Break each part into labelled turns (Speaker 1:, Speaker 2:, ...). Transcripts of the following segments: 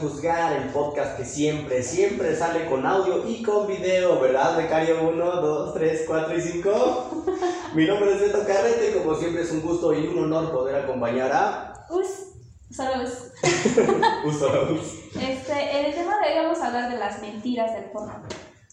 Speaker 1: juzgar el podcast que siempre, siempre sale con audio y con video, ¿verdad, becario? 1, 2, 3, 4 y 5. Mi nombre es Beto Carrete y como siempre es un gusto y un honor poder acompañar a
Speaker 2: Us, solo us.
Speaker 1: Usos.
Speaker 2: Este, en el tema de hoy vamos a hablar de las mentiras del porno.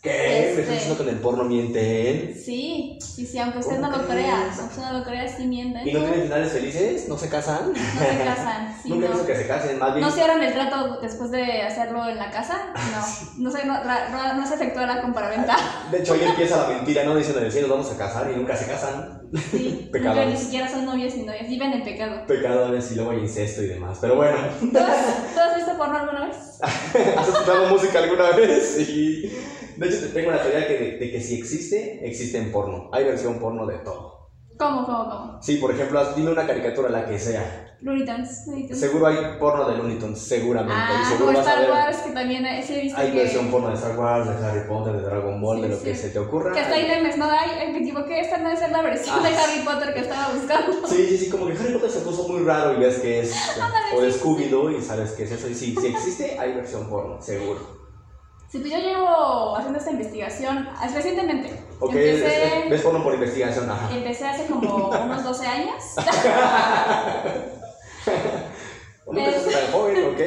Speaker 1: ¿Qué? ¿Me
Speaker 2: Este.
Speaker 1: estás diciendo que en el porno mienten?
Speaker 2: Sí, sí, sí, aunque usted
Speaker 1: ¿Cómo
Speaker 2: no lo
Speaker 1: crees?
Speaker 2: crea, aunque usted no lo crea, sí mienten.
Speaker 1: ¿Y no tienen finales felices? ¿No se casan?
Speaker 2: No se casan, sí,
Speaker 1: Nunca he
Speaker 2: no.
Speaker 1: visto que se casen, más bien.
Speaker 2: ¿No cierran el trato después de hacerlo en la casa? No, no se, no, ra- ra- no se efectúa la compraventa.
Speaker 1: De hecho, ahí empieza la mentira, ¿no? Dicen en el cielo, nos vamos a casar y nunca se casan.
Speaker 2: Sí,
Speaker 1: Pecadores.
Speaker 2: pero ni siquiera son novios ni novias, viven en pecado.
Speaker 1: Pecadores y luego hay incesto y demás. Pero bueno,
Speaker 2: ¿Tú has, tú has visto porno alguna vez?
Speaker 1: ¿has escuchado música alguna vez? Sí. De hecho, te tengo una teoría que, de, de que si existe, existe en porno. Hay versión porno de todo.
Speaker 2: ¿Cómo, cómo, cómo?
Speaker 1: Sí, por ejemplo, haz- dime una caricatura, la que sea.
Speaker 2: Looney Tunes, Looney Tunes.
Speaker 1: Seguro hay porno de Looney Tunes, seguramente. y
Speaker 2: Ah,
Speaker 1: seguro
Speaker 2: como
Speaker 1: vas a
Speaker 2: Star
Speaker 1: ver.
Speaker 2: Wars, que también eh, sí he visto
Speaker 1: Hay
Speaker 2: que...
Speaker 1: versión porno de Star Wars, de Harry Potter, de Dragon Ball,
Speaker 2: Sí,
Speaker 1: de lo
Speaker 2: sí.
Speaker 1: que se te ocurra.
Speaker 2: Que hasta ahí memes, no hay, me equivoqué, esta no es la versión
Speaker 1: Ah.
Speaker 2: de Harry Potter que estaba buscando.
Speaker 1: Sí, sí, sí, como que Harry Potter se puso muy raro y ves que es. o de
Speaker 2: sí, sí,
Speaker 1: Scooby-Doo y sabes que es eso. Y sí, si existe, hay versión porno, seguro.
Speaker 2: Sí, pues yo llevo haciendo esta investigación as- recientemente.
Speaker 1: Ok, es-
Speaker 2: empecé,
Speaker 1: es- ves porno por investigación, ajá.
Speaker 2: empecé hace como unos 12 años,
Speaker 1: No te haces tan joven, ok.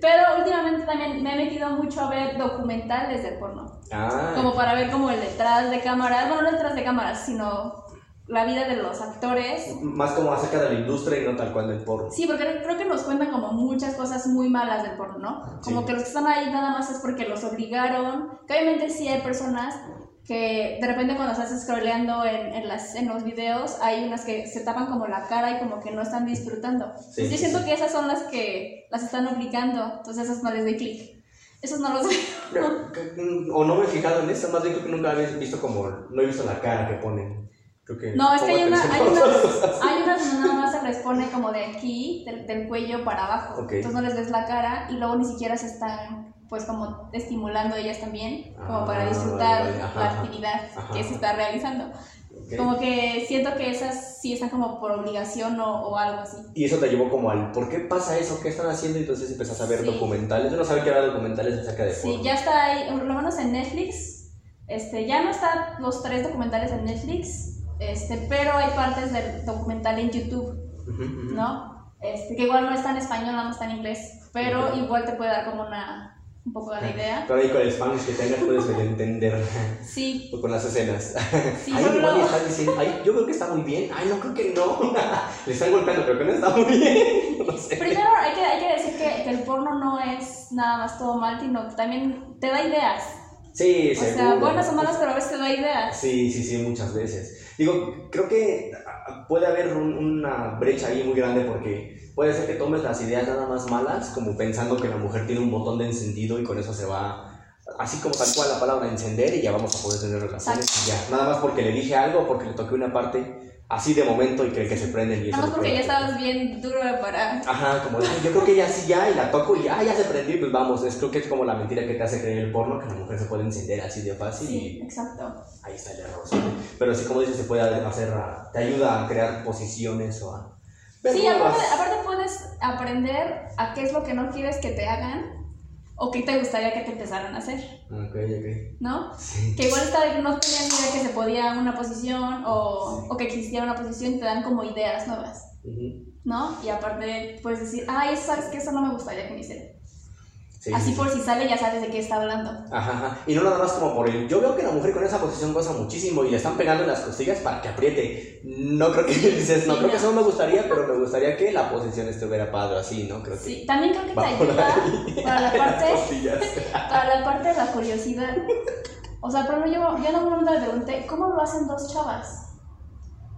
Speaker 2: pero últimamente también me he metido mucho a ver documentales de porno,
Speaker 1: Ah,
Speaker 2: como para ver como el detrás de cámaras, bueno, no detrás de cámaras, sino la vida de los actores.
Speaker 1: más como acerca de la industria y no tal cual del porno.
Speaker 2: Sí, porque creo que nos cuentan como muchas cosas muy malas del porno, ¿no? Como
Speaker 1: Sí.
Speaker 2: que los que están ahí nada más es porque los obligaron. Que obviamente sí hay personas que de repente cuando estás scrolleando en, en las, en los videos hay unas que se tapan como la cara y como que no están disfrutando.
Speaker 1: Sí,
Speaker 2: Pues yo
Speaker 1: sí,
Speaker 2: siento
Speaker 1: sí.
Speaker 2: que esas son las que las están obligando, entonces esas no les doy clic. Esos no los veo.
Speaker 1: O no me he fijado en eso, más bien creo que nunca habéis visto como. No he visto la cara que ponen. Creo que.
Speaker 2: No, es que
Speaker 1: pongo
Speaker 2: hay, una, hay,
Speaker 1: atención a
Speaker 2: unas,
Speaker 1: otras cosas.
Speaker 2: hay unas donde nada más se les pone como de aquí, del, del cuello para abajo.
Speaker 1: Ok.
Speaker 2: Entonces no les ves la cara y luego ni siquiera se están pues como estimulando ellas también, como
Speaker 1: Ah,
Speaker 2: para disfrutar
Speaker 1: vale, ajá,
Speaker 2: la
Speaker 1: ajá.
Speaker 2: actividad
Speaker 1: Ajá,
Speaker 2: que
Speaker 1: ajá.
Speaker 2: se está realizando.
Speaker 1: Ok.
Speaker 2: Como que siento que esas sí están como por obligación o, o algo así.
Speaker 1: Y eso te llevó como al ¿por qué pasa eso? ¿Qué están haciendo? Y entonces empezás a ver
Speaker 2: Sí.
Speaker 1: documentales. Yo no sabía que era documentales acerca de
Speaker 2: Sí,
Speaker 1: porno.
Speaker 2: ya está ahí, por lo menos en Netflix, este, ya no están los tres documentales en Netflix, este, pero hay partes del documental en YouTube.
Speaker 1: Ujú, ujú.
Speaker 2: ¿no? Este, que igual no está en español, nada más está en inglés, pero
Speaker 1: Ok.
Speaker 2: igual te puede dar como una, un poco de la idea.
Speaker 1: Pero ahí con el Spanish que tengas puedes medio entender
Speaker 2: Sí,
Speaker 1: o con las escenas.
Speaker 2: sí,
Speaker 1: Ay,
Speaker 2: por
Speaker 1: igual
Speaker 2: ejemplo,
Speaker 1: están diciendo, ay, yo creo que está muy bien. Ay, no creo que no. Le están golpeando, pero que no está muy bien. No sé.
Speaker 2: primero hay que, hay que decir que, que el porno no es nada más todo mal, sino que también te da ideas.
Speaker 1: Sí,
Speaker 2: O
Speaker 1: seguro.
Speaker 2: sea, buenas o malas, pero a veces te da ideas.
Speaker 1: Sí, sí, sí, muchas veces. Digo, creo que ah, puede haber un- una brecha ahí muy grande porque puede ser que tomes las ideas nada más malas, como pensando que la mujer tiene un botón de encendido y con eso se va, así como tal cual la palabra encender y ya vamos a poder tener relaciones. y Ya, nada más porque le dije algo, porque le toqué una parte así de momento y cree que se prende el
Speaker 2: Nada más porque ya estabas bien duro para...
Speaker 1: Ajá, como de, "Ay, yo creo que ya sí, ya, y la toco y ya, ya se prendió, y pues vamos, es creo que es como la mentira que te hace creer el porno, que la mujer se puede encender así de fácil y
Speaker 2: Sí, exacto.
Speaker 1: Ahí está el error. ¿sí? Pero sí, como dices, se puede hacer, ah, te ayuda a crear posiciones o a... ver
Speaker 2: Sí,
Speaker 1: nuevas.
Speaker 2: aparte, aparte puedes aprender a qué es lo que no quieres que te hagan o qué te gustaría que te empezaran a hacer,
Speaker 1: Ok, ok.
Speaker 2: ¿no?
Speaker 1: Sí.
Speaker 2: Que igual está, no tenía ni idea que se podía una posición o,
Speaker 1: Sí.
Speaker 2: o que existía una posición y te dan como ideas nuevas,
Speaker 1: Ujú.
Speaker 2: ¿no? Y aparte puedes decir, ay, eso sabes que eso no me gustaría que me hicieran.
Speaker 1: Sí,
Speaker 2: Así
Speaker 1: sí,
Speaker 2: por
Speaker 1: sí.
Speaker 2: si sale ya sabes de qué está hablando.
Speaker 1: Ajá, ajá. Y no nada más como por el... Yo veo que la mujer con esa posición goza muchísimo y le están pegando en las costillas para que apriete. No creo que dices, no,
Speaker 2: Sí,
Speaker 1: creo que
Speaker 2: no.
Speaker 1: eso no me gustaría, pero me gustaría que la posición estuviera padre así, ¿no? Creo que...
Speaker 2: Sí, también creo que te
Speaker 1: Va por
Speaker 2: ayuda
Speaker 1: ahí.
Speaker 2: para la
Speaker 1: Las
Speaker 2: parte,
Speaker 1: costillas.
Speaker 2: para la parte de la curiosidad. O sea, pero yo, yo en algún momento le pregunté, ¿cómo lo hacen dos chavas?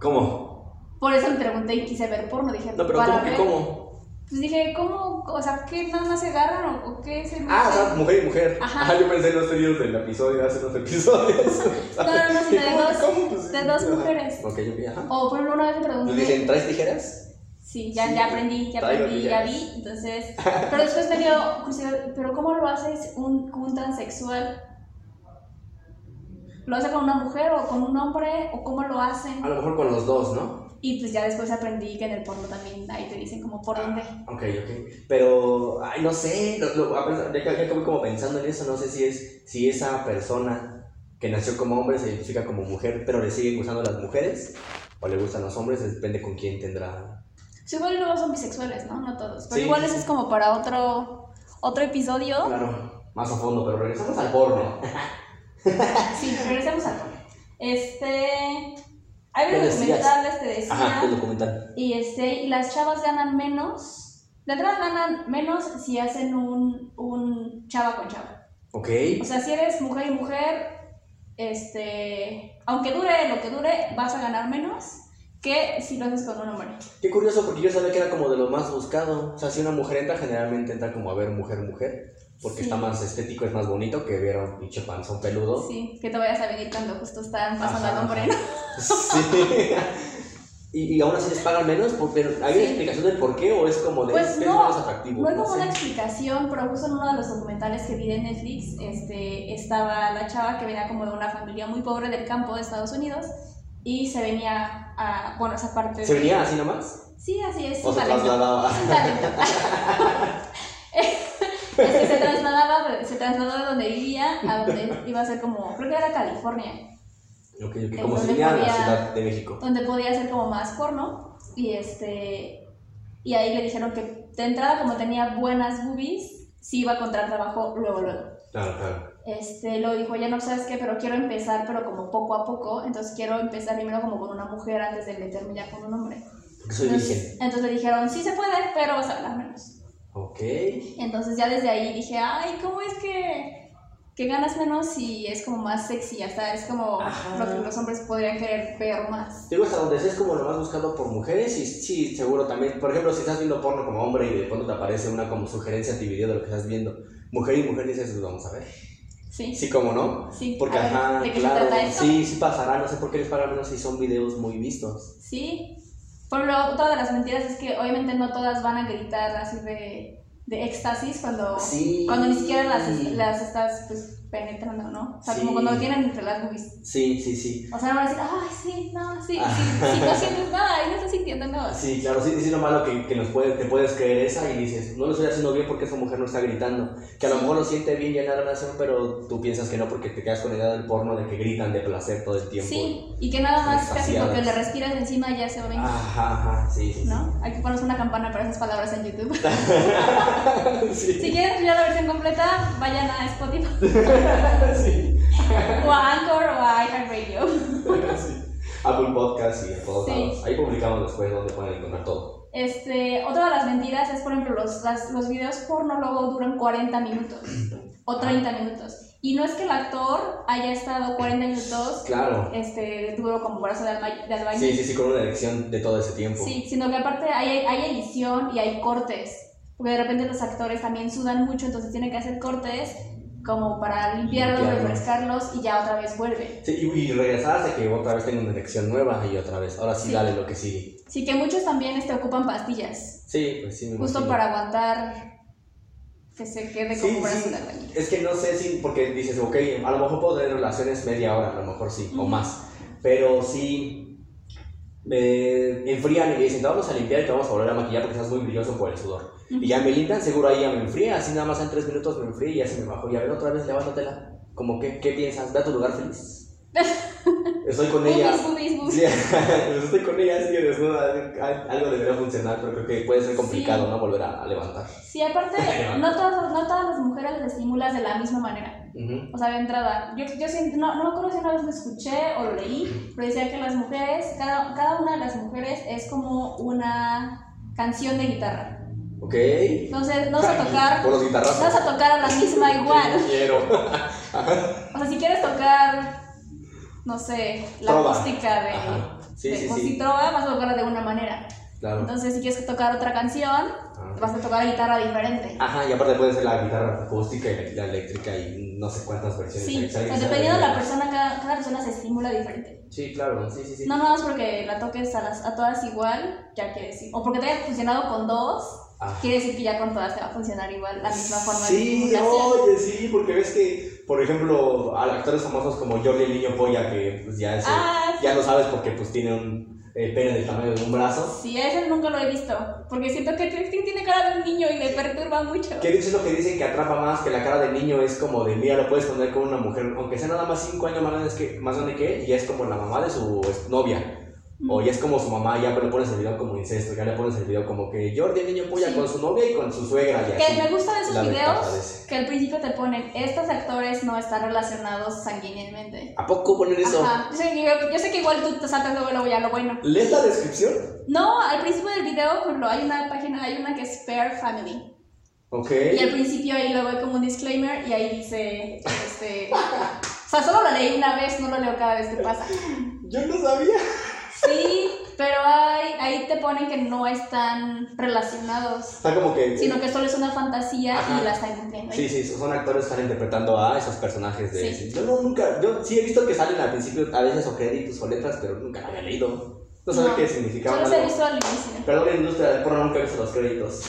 Speaker 1: ¿Cómo?
Speaker 2: Por eso le pregunté y quise ver porno, dije,
Speaker 1: No, pero
Speaker 2: para
Speaker 1: ¿cómo que
Speaker 2: ver.
Speaker 1: cómo?
Speaker 2: Pues dije, ¿cómo? O sea, ¿qué nada más se agarran o, o qué se
Speaker 1: Ah, o
Speaker 2: meten?
Speaker 1: sea, mujer y mujer.
Speaker 2: Ajá.
Speaker 1: Ah, yo pensé en los tríos del episodio, hace unos episodios.
Speaker 2: No, no, no, sino de
Speaker 1: ¿Cómo-
Speaker 2: dos-
Speaker 1: cómo? Pues,
Speaker 2: de dos
Speaker 1: ajá.
Speaker 2: mujeres.
Speaker 1: Ok, yo- ajá.
Speaker 2: O por ejemplo, una vez le
Speaker 1: ¿Le
Speaker 2: pregunté.
Speaker 1: dicen, ¿traes tijeras?
Speaker 2: Sí, ya,
Speaker 1: Sí,
Speaker 2: ya aprendí, ya
Speaker 1: traigo
Speaker 2: aprendí, ya
Speaker 1: tijeras.
Speaker 2: vi. Entonces, pero después me dio curiosidad, pero ¿cómo lo haces un, un transexual? ¿Lo hace con una mujer o con un hombre? ¿O cómo lo hacen?
Speaker 1: A lo mejor con los dos, ¿no?
Speaker 2: Y pues ya después aprendí que en el porno también ahí te dicen como por dónde.
Speaker 1: Ok, ok. Pero, ay, no sé, lo, lo- a pensar- ya que- ya que voy como pensando en eso, no sé si es si esa persona que nació como hombre se identifica como mujer, pero le siguen gustando las mujeres o le gustan los hombres, depende con quién tendrá.
Speaker 2: Sí, Pues igual luego son bisexuales, ¿no? No todos. Pero
Speaker 1: Sí,
Speaker 2: igual
Speaker 1: sí,
Speaker 2: ese
Speaker 1: sí.
Speaker 2: es como para otro, otro episodio.
Speaker 1: Claro, más a fondo, pero regresamos al porno.
Speaker 2: Sí, regresamos al porno. Este. Hay este,
Speaker 1: Te
Speaker 2: varios
Speaker 1: decías.
Speaker 2: documentales, te decía.
Speaker 1: Ajá, el documental.
Speaker 2: Y este, y las chavas ganan menos. De entrada ganan menos si hacen un, un chava con chava.
Speaker 1: Ok,
Speaker 2: O sea, si eres mujer y mujer, este, aunque dure lo que dure, vas a ganar menos que si lo haces con un hombre.
Speaker 1: qué curioso porque yo sabía que era como de lo más buscado. O sea, si una mujer entra, generalmente entra como a ver mujer-mujer, porque
Speaker 2: Sí.
Speaker 1: está más estético, es más bonito que ver a un pinche panzón peludo.
Speaker 2: Sí, que te vayas a venir cuando justo están pasando
Speaker 1: Ajá,
Speaker 2: al hombre.
Speaker 1: ajá. Sí. y, y aún así les pagan menos, por- pero ¿hay
Speaker 2: Sí.
Speaker 1: una explicación del por qué o es como de "Este
Speaker 2: Pues
Speaker 1: es
Speaker 2: no,
Speaker 1: menos atractivo?
Speaker 2: No hay como
Speaker 1: sé.
Speaker 2: una explicación, pero justo en uno de los documentales que vi de Netflix, este, estaba la chava que venía como de una familia muy pobre del campo de Estados Unidos y se venía a, bueno, esa parte
Speaker 1: ¿Se
Speaker 2: de-
Speaker 1: venía así nomás?
Speaker 2: Sí, así es,
Speaker 1: ¿O
Speaker 2: un
Speaker 1: se
Speaker 2: talento.
Speaker 1: trasladaba?
Speaker 2: Un talento. es que se trasladaba, se trasladó de donde vivía a donde iba a ser como, creo que era California,
Speaker 1: Ok, ok, como se
Speaker 2: Entonces
Speaker 1: venía a la
Speaker 2: podía-
Speaker 1: Ciudad de México.
Speaker 2: donde podía ser como más porno y este, y ahí le dijeron que de entrada como tenía buenas boobies, sí iba a encontrar trabajo luego, luego.
Speaker 1: Claro, claro.
Speaker 2: este, lo dijo, ya no sabes qué, pero quiero empezar, pero como poco a poco, entonces quiero empezar primero como con una mujer antes de meterme ya con un hombre.
Speaker 1: Porque soy virgen.
Speaker 2: Entonces, entonces le dijeron, sí se puede, pero vas a ganar menos.
Speaker 1: Ok.
Speaker 2: Entonces ya desde ahí dije, ay, ¿cómo es que, que ganas menos y es como más sexy? Hasta es como
Speaker 1: Ajá.
Speaker 2: lo que los hombres podrían querer ver más.
Speaker 1: Digo, hasta donde seas como nomás buscado por mujeres y sí, seguro también. Por ejemplo, si estás viendo porno como hombre y de pronto te aparece una como sugerencia a ti video de lo que estás viendo, mujer y mujer dices, "Pues vamos a ver.
Speaker 2: Sí,
Speaker 1: Sí, como no.
Speaker 2: sí.
Speaker 1: Porque,
Speaker 2: a ver,
Speaker 1: ajá,
Speaker 2: ¿de qué se
Speaker 1: claro,
Speaker 2: trata esto?
Speaker 1: sí, sí pasará, no sé por qué les pagan menos si son videos muy vistos.
Speaker 2: Sí. Por lo, otra de las mentiras es que obviamente no todas van a gritar así de, de éxtasis cuando...
Speaker 1: Sí.
Speaker 2: Cuando ni siquiera las, las estás pues, penetrando, ¿no? O sea,
Speaker 1: Sí.
Speaker 2: como cuando tienen entre las boobies.
Speaker 1: Sí, sí, sí.
Speaker 2: O sea, no van a decir, ay, sí, no, sí,
Speaker 1: Ah.
Speaker 2: sí, sí, no sientes nada, ahí no estás sintiendo nada.
Speaker 1: Sí, claro, sí, sí, lo malo que, que nos puede, te puedes creer esa y dices, no lo estoy haciendo bien porque esa mujer no está gritando. Que a lo
Speaker 2: Sí.
Speaker 1: mejor lo siente bien ya en la relación, pero tú piensas que no porque te quedas con la idea del porno de que gritan de placer todo el tiempo.
Speaker 2: Sí, y que nada más casi
Speaker 1: Saciadas.
Speaker 2: porque le respiras encima ya se ven,
Speaker 1: Ajá, ajá, sí, sí. sí.
Speaker 2: ¿no? Aquí ponemos una campana para esas palabras en YouTube.
Speaker 1: sí.
Speaker 2: si quieren escuchar la versión completa, vayan a Spotify
Speaker 1: sí.
Speaker 2: o a Anchor o a iHeartRadio.
Speaker 1: sí. Apple Podcast y en todos
Speaker 2: Sí.
Speaker 1: lados. Ahí publicamos después donde pueden encontrar todo.
Speaker 2: Este, otra de las mentiras es, por ejemplo, los, las- los videos porno luego duran 40 minutos o 30 minutos. Y no es que el actor haya estado 40 minutos
Speaker 1: Claro.
Speaker 2: este, duro como brazo de, alba, de albañil.
Speaker 1: Sí, sí, sí, con una elección de todo ese tiempo.
Speaker 2: Sí, sino que aparte hay, hay edición y hay cortes. Porque de repente los actores también sudan mucho, entonces tienen que hacer cortes como para limpiarlos,
Speaker 1: Limpiarlos.
Speaker 2: refrescarlos y ya otra vez vuelve.
Speaker 1: Sí, y, y regresar hasta que otra vez tenga una elección nueva y otra vez. Ahora sí,
Speaker 2: Sí.
Speaker 1: dale lo que sigue.
Speaker 2: Sí, que muchos también este, ocupan pastillas,
Speaker 1: Sí, pues sí, me
Speaker 2: justo
Speaker 1: imagino.
Speaker 2: para aguantar que se quede
Speaker 1: Sí,
Speaker 2: como brazo
Speaker 1: sí.
Speaker 2: de albañil.
Speaker 1: Es que no sé si, porque dices, ok, a lo mejor puedo tener relaciones media hora, a lo mejor sí, o
Speaker 2: Ujú.
Speaker 1: más. Pero sí me enfrían y me dicen, te vamos a limpiar y te vamos a volver a maquillar porque estás muy brilloso por el sudor. Y ya me limpian, seguro ahí ya me enfría, así nada más en tres minutos me enfría y ya se me bajó. Y a ver, otra vez levántatela. Como que, ¿qué piensas? Ve a tu lugar feliz. Estoy con ella.
Speaker 2: Boobies, boobies, boobies.
Speaker 1: Sí, pues estoy con ella, así que desnuda, al- algo debería funcionar, pero creo que puede ser complicado,
Speaker 2: Sí.
Speaker 1: ¿no? Volver a, a levantar.
Speaker 2: Sí, aparte, no todas, no todas las mujeres las estimulas de la misma manera.
Speaker 1: Ujú.
Speaker 2: O sea, de entrada, yo, yo siento- no, no me acuerdo si una vez lo escuché o lo leí, pero decía que las mujeres, cada, cada una de las mujeres es como una canción de guitarra.
Speaker 1: Ok.
Speaker 2: Entonces, no vas a tocar,
Speaker 1: Por los
Speaker 2: no vas
Speaker 1: guitarrazos.
Speaker 2: a tocar a la misma igual.
Speaker 1: Sí, Quiero.
Speaker 2: O sea, si quieres tocar, no sé, la
Speaker 1: Trova.
Speaker 2: acústica de,
Speaker 1: Ajá. Sí,
Speaker 2: de
Speaker 1: sí,
Speaker 2: Cosi
Speaker 1: sí.
Speaker 2: Trova, vas a tocarla de una manera.
Speaker 1: Claro.
Speaker 2: Entonces, si quieres tocar otra canción,
Speaker 1: Ah.
Speaker 2: vas a tocar la guitarra diferente.
Speaker 1: Ajá, y aparte puede ser la guitarra acústica y la eléctrica y no sé cuántas versiones.
Speaker 2: Sí,
Speaker 1: hay.
Speaker 2: o
Speaker 1: Si alguien
Speaker 2: sea,
Speaker 1: sabe
Speaker 2: dependiendo de la
Speaker 1: de-
Speaker 2: persona, cada, cada persona se estimula diferente.
Speaker 1: Sí, claro, sí, sí, sí.
Speaker 2: No nada más porque la toques a, las, a todas igual, ya quiere decir. O porque te haya funcionado con dos,
Speaker 1: Ah.
Speaker 2: quiere decir que ya con todas te va a funcionar igual, la misma forma
Speaker 1: Sí,
Speaker 2: de estimulación.
Speaker 1: oye, sí, porque ves que, por ejemplo, a actores famosos como Jordi el Niño Polla, que pues, ya es.
Speaker 2: Ah, sí.
Speaker 1: ya lo sabes porque pues tiene un, eh, pene del tamaño de un brazo.
Speaker 2: Sí, a ese nunca lo he visto. Porque siento que Trixie tiene cara de un niño y me perturba mucho.
Speaker 1: Que dice lo que dicen que atrapa más, que la cara del niño es como de mira, lo puedes poner con una mujer, aunque sea nada más 5 años más grande, que, más grande que él, y es como la mamá de su es- novia.
Speaker 2: Mm.
Speaker 1: O ya es como su mamá, ya le pones el video como incesto, ya le pones el video como que Jordi el niño polla
Speaker 2: Sí.
Speaker 1: con su novia y con su suegra. Y
Speaker 2: Que
Speaker 1: así.
Speaker 2: me gusta de esos
Speaker 1: La ventaja de
Speaker 2: videos
Speaker 1: ese.
Speaker 2: que al principio te ponen, estos actores no están relacionados sanguíneamente.
Speaker 1: ¿A poco ponen eso?
Speaker 2: Ajá. Sí, yo, yo sé que igual tú te saltas luego, luego ya lo bueno.
Speaker 1: ¿Lees la descripción?
Speaker 2: No, al principio del video, por ejemplo, hay una página, hay una que es Spare Family.
Speaker 1: Ok.
Speaker 2: Y al principio ahí luego hay como un disclaimer y ahí dice, este... o sea, solo lo leí una vez, no lo leo cada vez que pasa.
Speaker 1: Yo no sabía.
Speaker 2: Sí, pero hay, ahí te ponen que no están relacionados,
Speaker 1: Está como que.
Speaker 2: sino que solo es una fantasía
Speaker 1: Ajá.
Speaker 2: y la están cumpliendo.
Speaker 1: Sí, sí, son actores que están interpretando a esos personajes de.
Speaker 2: Sí.
Speaker 1: Yo no, nunca. Yo sí he visto que salen al principio a veces o créditos o letras, pero nunca la había leído. No sabía
Speaker 2: No,
Speaker 1: qué significaba.
Speaker 2: Solo se ha visto al inicio.
Speaker 1: Perdón, la industria del porno nunca he visto los créditos.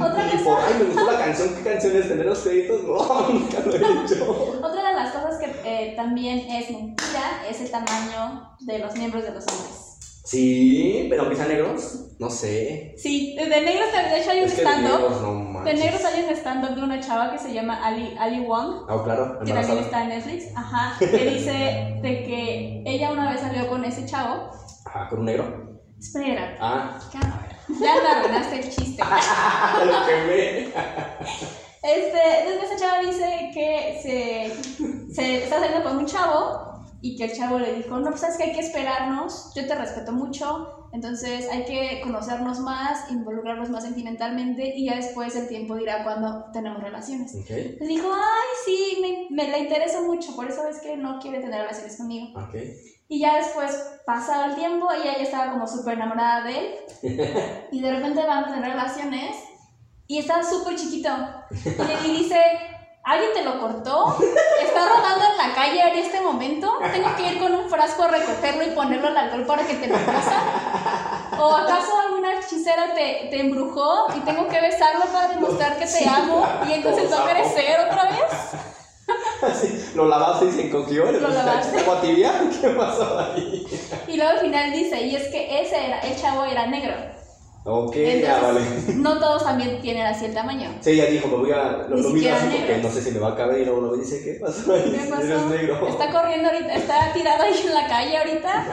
Speaker 2: Otra
Speaker 1: Y por, ay, me gustó la canción. ¿Qué canción es? ¿Tener los créditos? No, nunca lo he hecho.
Speaker 2: Otra de las cosas que eh, también es mentira es el tamaño de los miembros de los hombres.
Speaker 1: Sí, pero aunque sean negros, no sé.
Speaker 2: Sí, de de negros, también- de hecho hay un
Speaker 1: Es que de
Speaker 2: stand-up.
Speaker 1: negros no
Speaker 2: De
Speaker 1: manches.
Speaker 2: negros hay un stand-up de una chava que se llama Ali, Ali Wong,
Speaker 1: Ah, claro,
Speaker 2: que también
Speaker 1: embarazada.
Speaker 2: está en Netflix, ajá, que dice de que ella una vez salió con ese chavo.
Speaker 1: Ajá, con un negro.
Speaker 2: Espera,
Speaker 1: Ah,
Speaker 2: ya no era. Ya me arruinaste el chiste.
Speaker 1: ya lo quemé.
Speaker 2: Este, entonces esa chava dice que se, se está saliendo con un chavo y que el chavo le dijo, no, pues sabes que hay que esperarnos, yo te respeto mucho, entonces hay que conocernos más, involucrarnos más sentimentalmente y ya después el tiempo dirá cuando tenemos relaciones.
Speaker 1: Ok,
Speaker 2: Le dijo, ay, sí, me, me le interesa mucho, por eso es que no quiere tener relaciones conmigo.
Speaker 1: ok.
Speaker 2: Y ya después, pasado el tiempo, ella ya estaba como súper enamorada de él. Y de repente van a tener relaciones y está súper chiquito. Y le dice, ¿alguien te lo cortó? ¿Está rodando en la calle en este momento? ¿Tengo que ir con un frasco a recogerlo y ponerlo al alcohol para que te lo pasa? ¿O acaso alguna hechicera te, te embrujó y tengo que besarlo para demostrar que te amo y entonces va a merecer otra vez?
Speaker 1: Así, lo lavaste y se encogió, le
Speaker 2: Lo
Speaker 1: pusiste
Speaker 2: lavaste.
Speaker 1: agua tibia, ¿qué pasó ahí?
Speaker 2: Y luego al final dice, y es que ese era, el chavo era negro.
Speaker 1: Ok, ya vale.
Speaker 2: Entonces, no todos también tienen así el tamaño.
Speaker 1: Sí, ella dijo, me voy a, lo,
Speaker 2: Ni
Speaker 1: lo miro
Speaker 2: siquiera
Speaker 1: así porque
Speaker 2: negras.
Speaker 1: no sé si me va a caber y luego lo dice, ¿qué pasó ahí?
Speaker 2: ¿Qué pasó?
Speaker 1: Eres negro.
Speaker 2: Está corriendo ahorita, está tirado ahí en la calle ahorita.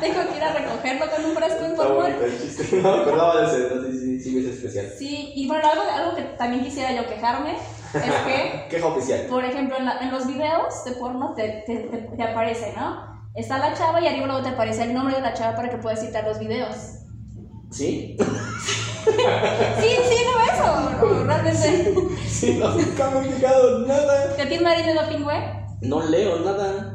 Speaker 2: Tengo que ir a recogerlo con un frasco en
Speaker 1: Está
Speaker 2: favor.
Speaker 1: bonito el chiste, no me acordaba de ese, no sé si sí, es especial.
Speaker 2: Sí, y bueno, algo, algo que también quisiera yo quejarme es que,
Speaker 1: Queja oficial.
Speaker 2: por ejemplo, en, la- en los videos de porno te, te, te, te aparece, ¿no? Está la chava y arriba luego te aparece el nombre de la chava para que puedas citar los videos.
Speaker 1: ¿Sí?
Speaker 2: Sí, sí, no eso, realmente.
Speaker 1: Sí, no, nunca me he fijado en nada.
Speaker 2: ¿Te tienes marido no pingüe?
Speaker 1: No leo nada.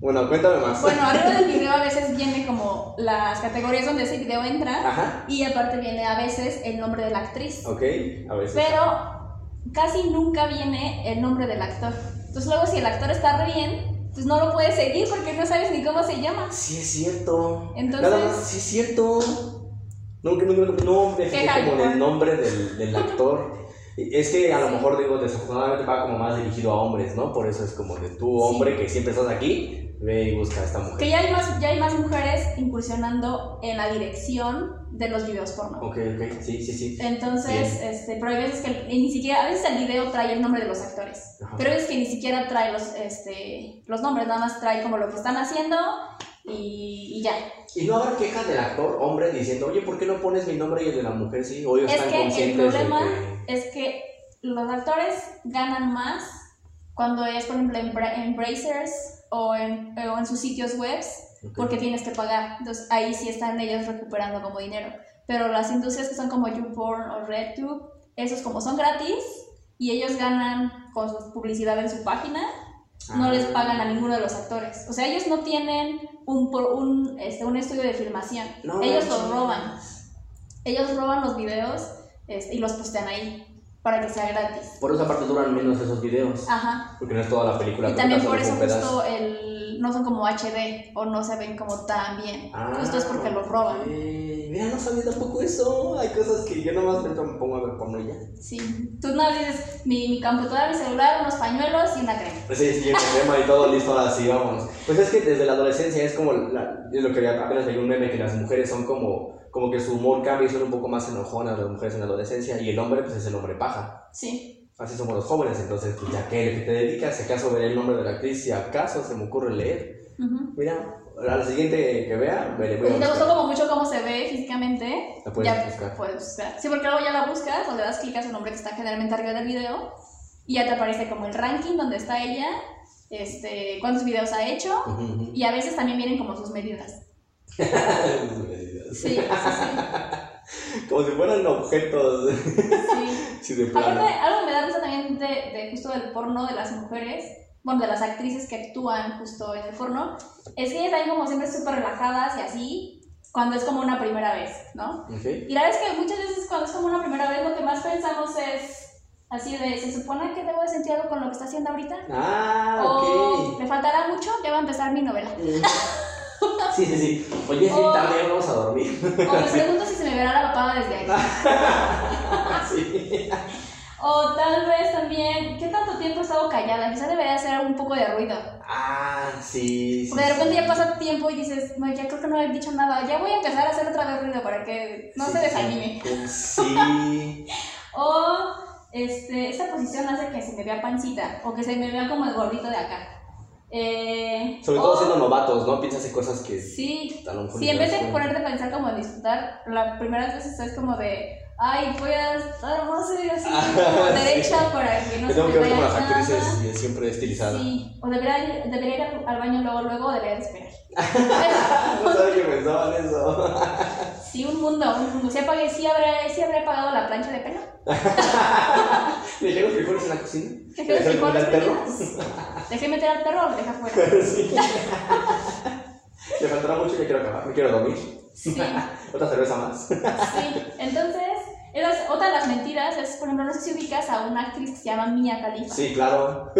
Speaker 1: Bueno, cuéntame más.
Speaker 2: Bueno, arriba del video a veces viene como las categorías donde ese video entra.
Speaker 1: Ajá.
Speaker 2: Y aparte viene a veces el nombre de la actriz.
Speaker 1: Ok, a ver. si-
Speaker 2: Pero casi nunca viene el nombre del actor. Entonces luego si el actor está re bien, pues no lo puedes seguir porque no sabes ni cómo se llama.
Speaker 1: Sí, es cierto.
Speaker 2: Entonces-
Speaker 1: Nada más, sí, es cierto. Nunca, nunca, nunca- no me fijé
Speaker 2: Queja,
Speaker 1: como en
Speaker 2: queja.
Speaker 1: el nombre del, del actor. Es que a lo mejor, digo, desafortunadamente va como más dirigido a hombres, ¿no? Por eso es como de tú, hombre, que siempre estás aquí, ve y busca a esta mujer.
Speaker 2: Que ya hay más, ya hay más mujeres incursionando en la dirección de los videos porno.
Speaker 1: Ok, ok, sí, sí, sí.
Speaker 2: Eh, Entonces, este, pero hay veces que ni siquiera, a veces el video trae el nombre de los actores.
Speaker 1: Ajá.
Speaker 2: Pero hay veces que ni siquiera trae los, este, los nombres, nada más trae como lo que están haciendo y, y ya.
Speaker 1: Y no habrá queja del actor hombre diciendo, oye, ¿por qué no pones mi nombre y el de la mujer sí? O ellos
Speaker 2: Es
Speaker 1: están
Speaker 2: que el
Speaker 1: conscientes de
Speaker 2: problema-
Speaker 1: que-
Speaker 2: es que los actores ganan más cuando es, por ejemplo, en, Bra- en Brazers o en, o en sus sitios webs,
Speaker 1: Ok.
Speaker 2: porque tienes que pagar. Entonces ahí sí están ellos recuperando como dinero. Pero las industrias que son como YouPorn o RedTube, esos como son gratis y ellos ganan con su publicidad en su página, no
Speaker 1: Ah.
Speaker 2: les pagan a ninguno de los actores. O sea, ellos no tienen un, pro- un, este, un estudio de filmación.
Speaker 1: No,
Speaker 2: ellos
Speaker 1: manches.
Speaker 2: los roban. Ellos roban los videos este, y los postean ahí para que sea gratis.
Speaker 1: Por esa parte duran menos esos videos.
Speaker 2: Ajá.
Speaker 1: Porque no es toda la película.
Speaker 2: Ah. Y
Speaker 1: que
Speaker 2: también
Speaker 1: dura
Speaker 2: por
Speaker 1: solo
Speaker 2: eso
Speaker 1: con pedazos.
Speaker 2: justo el, no son como HD o no se ven como tan bien. Esto Pues es porque los roban.
Speaker 1: Ah, ok. Mira, no sabía tampoco eso. Hay cosas que yo nomás me pongo a ver porno y ya.
Speaker 2: Sí. Tú no dices, mi, mi computadora, mi celular, unos pañuelos y una crema.
Speaker 1: Pues sí, sí, el tema y todo listo, ahora sí, vámonos. Pues es que desde la adolescencia es como, la- es lo que había- apenas leí un meme, que las mujeres son como, como que su humor cambia y son un poco más enojonas las mujeres en la adolescencia y el hombre pues es el hombre paja.
Speaker 2: Sí.
Speaker 1: Así somos los jóvenes, entonces pues ya que que te dedicas, si acaso veré el nombre de la actriz, si acaso se me ocurre leer.
Speaker 2: Ujú.
Speaker 1: Mira, a la siguiente que vea, me le voy
Speaker 2: Pues
Speaker 1: a
Speaker 2: si te
Speaker 1: buscar.
Speaker 2: gustó como mucho cómo se ve físicamente,
Speaker 1: La puedes
Speaker 2: ya
Speaker 1: buscar.
Speaker 2: puedes buscar. Sí, porque luego ya la buscas o le das clic a su nombre que está generalmente arriba del video y ya te aparece como el ranking donde está ella, este, cuántos videos ha hecho
Speaker 1: Ujú, ujú.
Speaker 2: y a veces también vienen como sus medidas. Sí, sí, sí.
Speaker 1: Como si fueran objetos.
Speaker 2: sí.
Speaker 1: Sí, de
Speaker 2: Aparte,
Speaker 1: plano.
Speaker 2: algo que me da risa también de, de justo del porno de las mujeres, bueno, de las actrices que actúan justo en el porno, es que ellas también como siempre súper relajadas y así, cuando es como una primera vez, ¿no?
Speaker 1: Ok.
Speaker 2: Y la verdad es que muchas veces cuando es como una primera vez lo que más pensamos es así de, ¿se supone que debo de sentir algo con lo que está haciendo ahorita?
Speaker 1: Ah, ok.
Speaker 2: O, ¿me faltará mucho? Ya va a empezar mi novela.
Speaker 1: Sí, sí, sí. Oye, es bien
Speaker 2: Oh.
Speaker 1: tarde, ya vamos a dormir.
Speaker 2: O me pregunto si se me verá la papada desde ahí.
Speaker 1: Ah, Sí.
Speaker 2: O tal vez también, ¿qué tanto tiempo he estado callada? Quizás debería hacer un poco de ruido.
Speaker 1: Ah, sí. sí,
Speaker 2: Porque de repente
Speaker 1: sí.
Speaker 2: ya pasa tiempo y dices, no, ya creo que no he dicho nada, ya voy a empezar a hacer otra vez ruido para que no
Speaker 1: Sí,
Speaker 2: se
Speaker 1: sí,
Speaker 2: desanime.
Speaker 1: Sí.
Speaker 2: O este, esta posición hace que se me vea pancita o que se me vea como el gordito de acá. Eh,
Speaker 1: Sobre
Speaker 2: o-
Speaker 1: todo siendo novatos, ¿no? Piensas en cosas que
Speaker 2: Sí,
Speaker 1: a lo mejor.
Speaker 2: sí,
Speaker 1: no
Speaker 2: en vez
Speaker 1: das
Speaker 2: de
Speaker 1: cuenta.
Speaker 2: ponerte a pensar como en disfrutar, las primeras veces es como de, ay, voy a estar más así, como
Speaker 1: Ah, sí.
Speaker 2: derecha para que no
Speaker 1: Me
Speaker 2: se
Speaker 1: tengo
Speaker 2: me
Speaker 1: que ver
Speaker 2: vea
Speaker 1: como las
Speaker 2: nada.
Speaker 1: actrices y es siempre estilizada.
Speaker 2: Sí, o debería, ir- debería ir al al baño luego, luego, o debería de esperar.
Speaker 1: Ah, No sabía que pensaban eso.
Speaker 2: Sí, un mundo, un mundo. Sí, apagué, sí, habré, sí habré pagado la plancha de pelo.
Speaker 1: ¿Le dejé los frijoles en la cocina?
Speaker 2: Dejé
Speaker 1: ¿Le
Speaker 2: los
Speaker 1: dejé comer
Speaker 2: frijoles
Speaker 1: al perro?
Speaker 2: prendidos. Dejé meter al perro, lo dejé afuera.
Speaker 1: Sí. Le faltará mucho y ya quiero acabar. Me quiero dormir.
Speaker 2: Sí,
Speaker 1: Otra cerveza más.
Speaker 2: sí. Entonces, esas- otra de las mentiras es, por ejemplo, no sé si ubicas a una actriz que se llama Mia Khalifa.
Speaker 1: Sí, claro.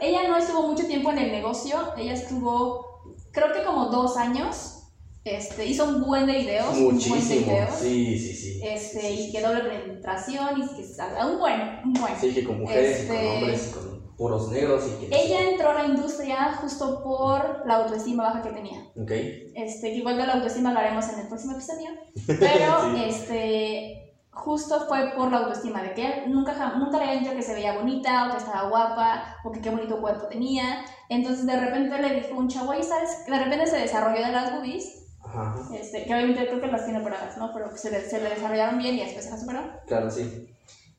Speaker 2: Ella no estuvo mucho tiempo en el negocio, ella estuvo, creo que como dos años. Este, hizo un buen de videos, un buen de
Speaker 1: Muchísimo.
Speaker 2: videos.
Speaker 1: Sí, sí, sí.
Speaker 2: Este,
Speaker 1: Sí, sí,
Speaker 2: y que doble penetración, y que un buen, un buen.
Speaker 1: Sí, que con mujeres y con
Speaker 2: Este-
Speaker 1: hombres y con puros negros y que...
Speaker 2: Ella entró a la industria justo por la autoestima baja que tenía.
Speaker 1: Ok.
Speaker 2: Este, que igual de la autoestima hablaremos en el próximo episodio. Pero
Speaker 1: Sí.
Speaker 2: este, justo fue por la autoestima, de que ella nunca, jam- nunca le habían dicho que se veía bonita, o que estaba guapa, o que qué bonito cuerpo tenía. Entonces de repente le dijo un chavo, oye, ¿sabes? qué?". De repente se desarrolló de las boobies,
Speaker 1: Ajá,
Speaker 2: este, que obviamente creo que las tiene paradas, ¿no? Pero se le, se le desarrollaron bien y después se las superó.
Speaker 1: claro, sí.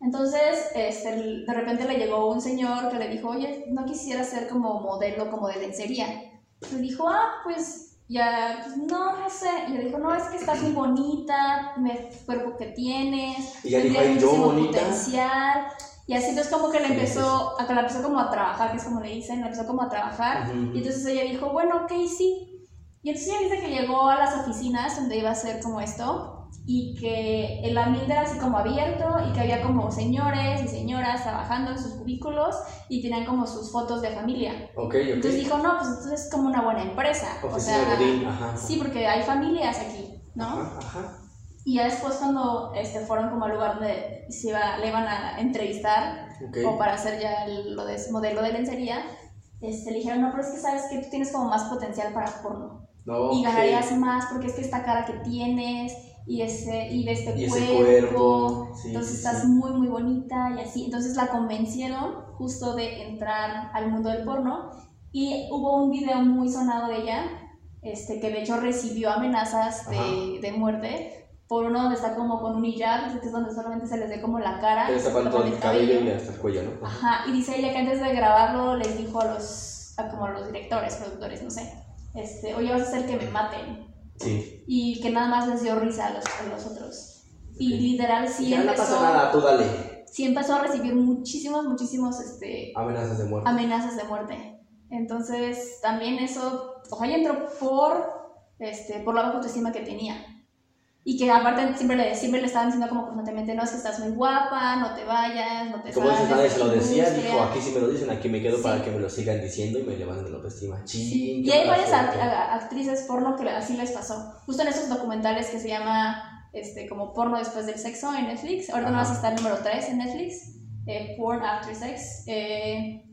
Speaker 2: Entonces, este, de repente le llegó un señor que le dijo, oye, no quisiera ser como modelo, como de lencería. Le dijo, ah, pues ya, pues, no, no sé. Y le dijo, no, es que estás muy bonita, me cuerpo que tienes,
Speaker 1: Y ya dijo,
Speaker 2: tienes
Speaker 1: ay, yo
Speaker 2: muchísimo
Speaker 1: bonita.
Speaker 2: potencial. Y así entonces como que le
Speaker 1: Sí,
Speaker 2: empezó, a que la empezó como a trabajar, que es como le dicen, la empezó como a trabajar.
Speaker 1: Ujú.
Speaker 2: Y entonces ella dijo, bueno, ok, sí. Y entonces ella dice que llegó a las oficinas donde iba a hacer como esto y que el ambiente era así como abierto y que había como señores y señoras trabajando en sus cubículos y tenían como sus fotos de familia.
Speaker 1: Ok,
Speaker 2: Entonces
Speaker 1: ok.
Speaker 2: dijo, no, pues entonces es como una buena empresa.
Speaker 1: Oficina de Godín, ajá.
Speaker 2: sí, porque hay familias aquí, ¿no?
Speaker 1: Ajá, ajá.
Speaker 2: Y ya después cuando este, fueron como al lugar donde se iba, le iban a entrevistar,
Speaker 1: Ok.
Speaker 2: o para hacer ya el- lo de modelo de lencería, este, le dijeron, no, pero es que sabes que tú tienes como más potencial para porno
Speaker 1: No, ok.
Speaker 2: y ganarías más porque es que esta cara que tienes y, ese, y de este
Speaker 1: Y ese
Speaker 2: cuerpo,
Speaker 1: cuerpo. Sí,
Speaker 2: entonces
Speaker 1: sí,
Speaker 2: estás
Speaker 1: sí.
Speaker 2: muy muy bonita y así, entonces la convencieron justo de entrar al mundo del porno y hubo un video muy sonado de ella, este, que de hecho recibió amenazas de,
Speaker 1: Ajá.
Speaker 2: de muerte por uno donde está como con un hijab, que es donde solamente se les ve como la cara,
Speaker 1: Te tapan todo el cabello y hasta el cuello, ¿no?
Speaker 2: Ajá, y dice ella que antes de grabarlo les dijo a los, a como a los directores, productores, no sé, este, oye, vas a hacer que me maten.
Speaker 1: Sí.
Speaker 2: Y que nada más les dio risa a los, a los otros. Y
Speaker 1: Ok.
Speaker 2: literal sí
Speaker 1: Ya no pasa
Speaker 2: empezó,
Speaker 1: nada, tú dale.
Speaker 2: sí empezó a recibir muchísimos, muchísimos este,
Speaker 1: Amenazas de muerte.
Speaker 2: amenazas de muerte. Entonces también eso, ojalá entró por, este, por la baja autoestima que tenía. Y que aparte siempre le, siempre le estaban diciendo como constantemente, no, es que estás muy guapa, no te vayas, no te
Speaker 1: Como dices, nadie
Speaker 2: salgas.
Speaker 1: se lo decía,
Speaker 2: industria".
Speaker 1: dijo, aquí sí me lo dicen, aquí me quedo
Speaker 2: Sí.
Speaker 1: para que me lo sigan diciendo y me levanten la autoestima.
Speaker 2: Sí,
Speaker 1: Chin,
Speaker 2: Y
Speaker 1: qué
Speaker 2: hay varias
Speaker 1: mala
Speaker 2: act-
Speaker 1: suerte.
Speaker 2: a- actrices porno que así les pasó. Justo en esos documentales que se llama este, como porno después del sexo en Netflix. Ahorita
Speaker 1: Ajá.
Speaker 2: no vas a estar número 3 en Netflix. eh, Porn After Sex. eh,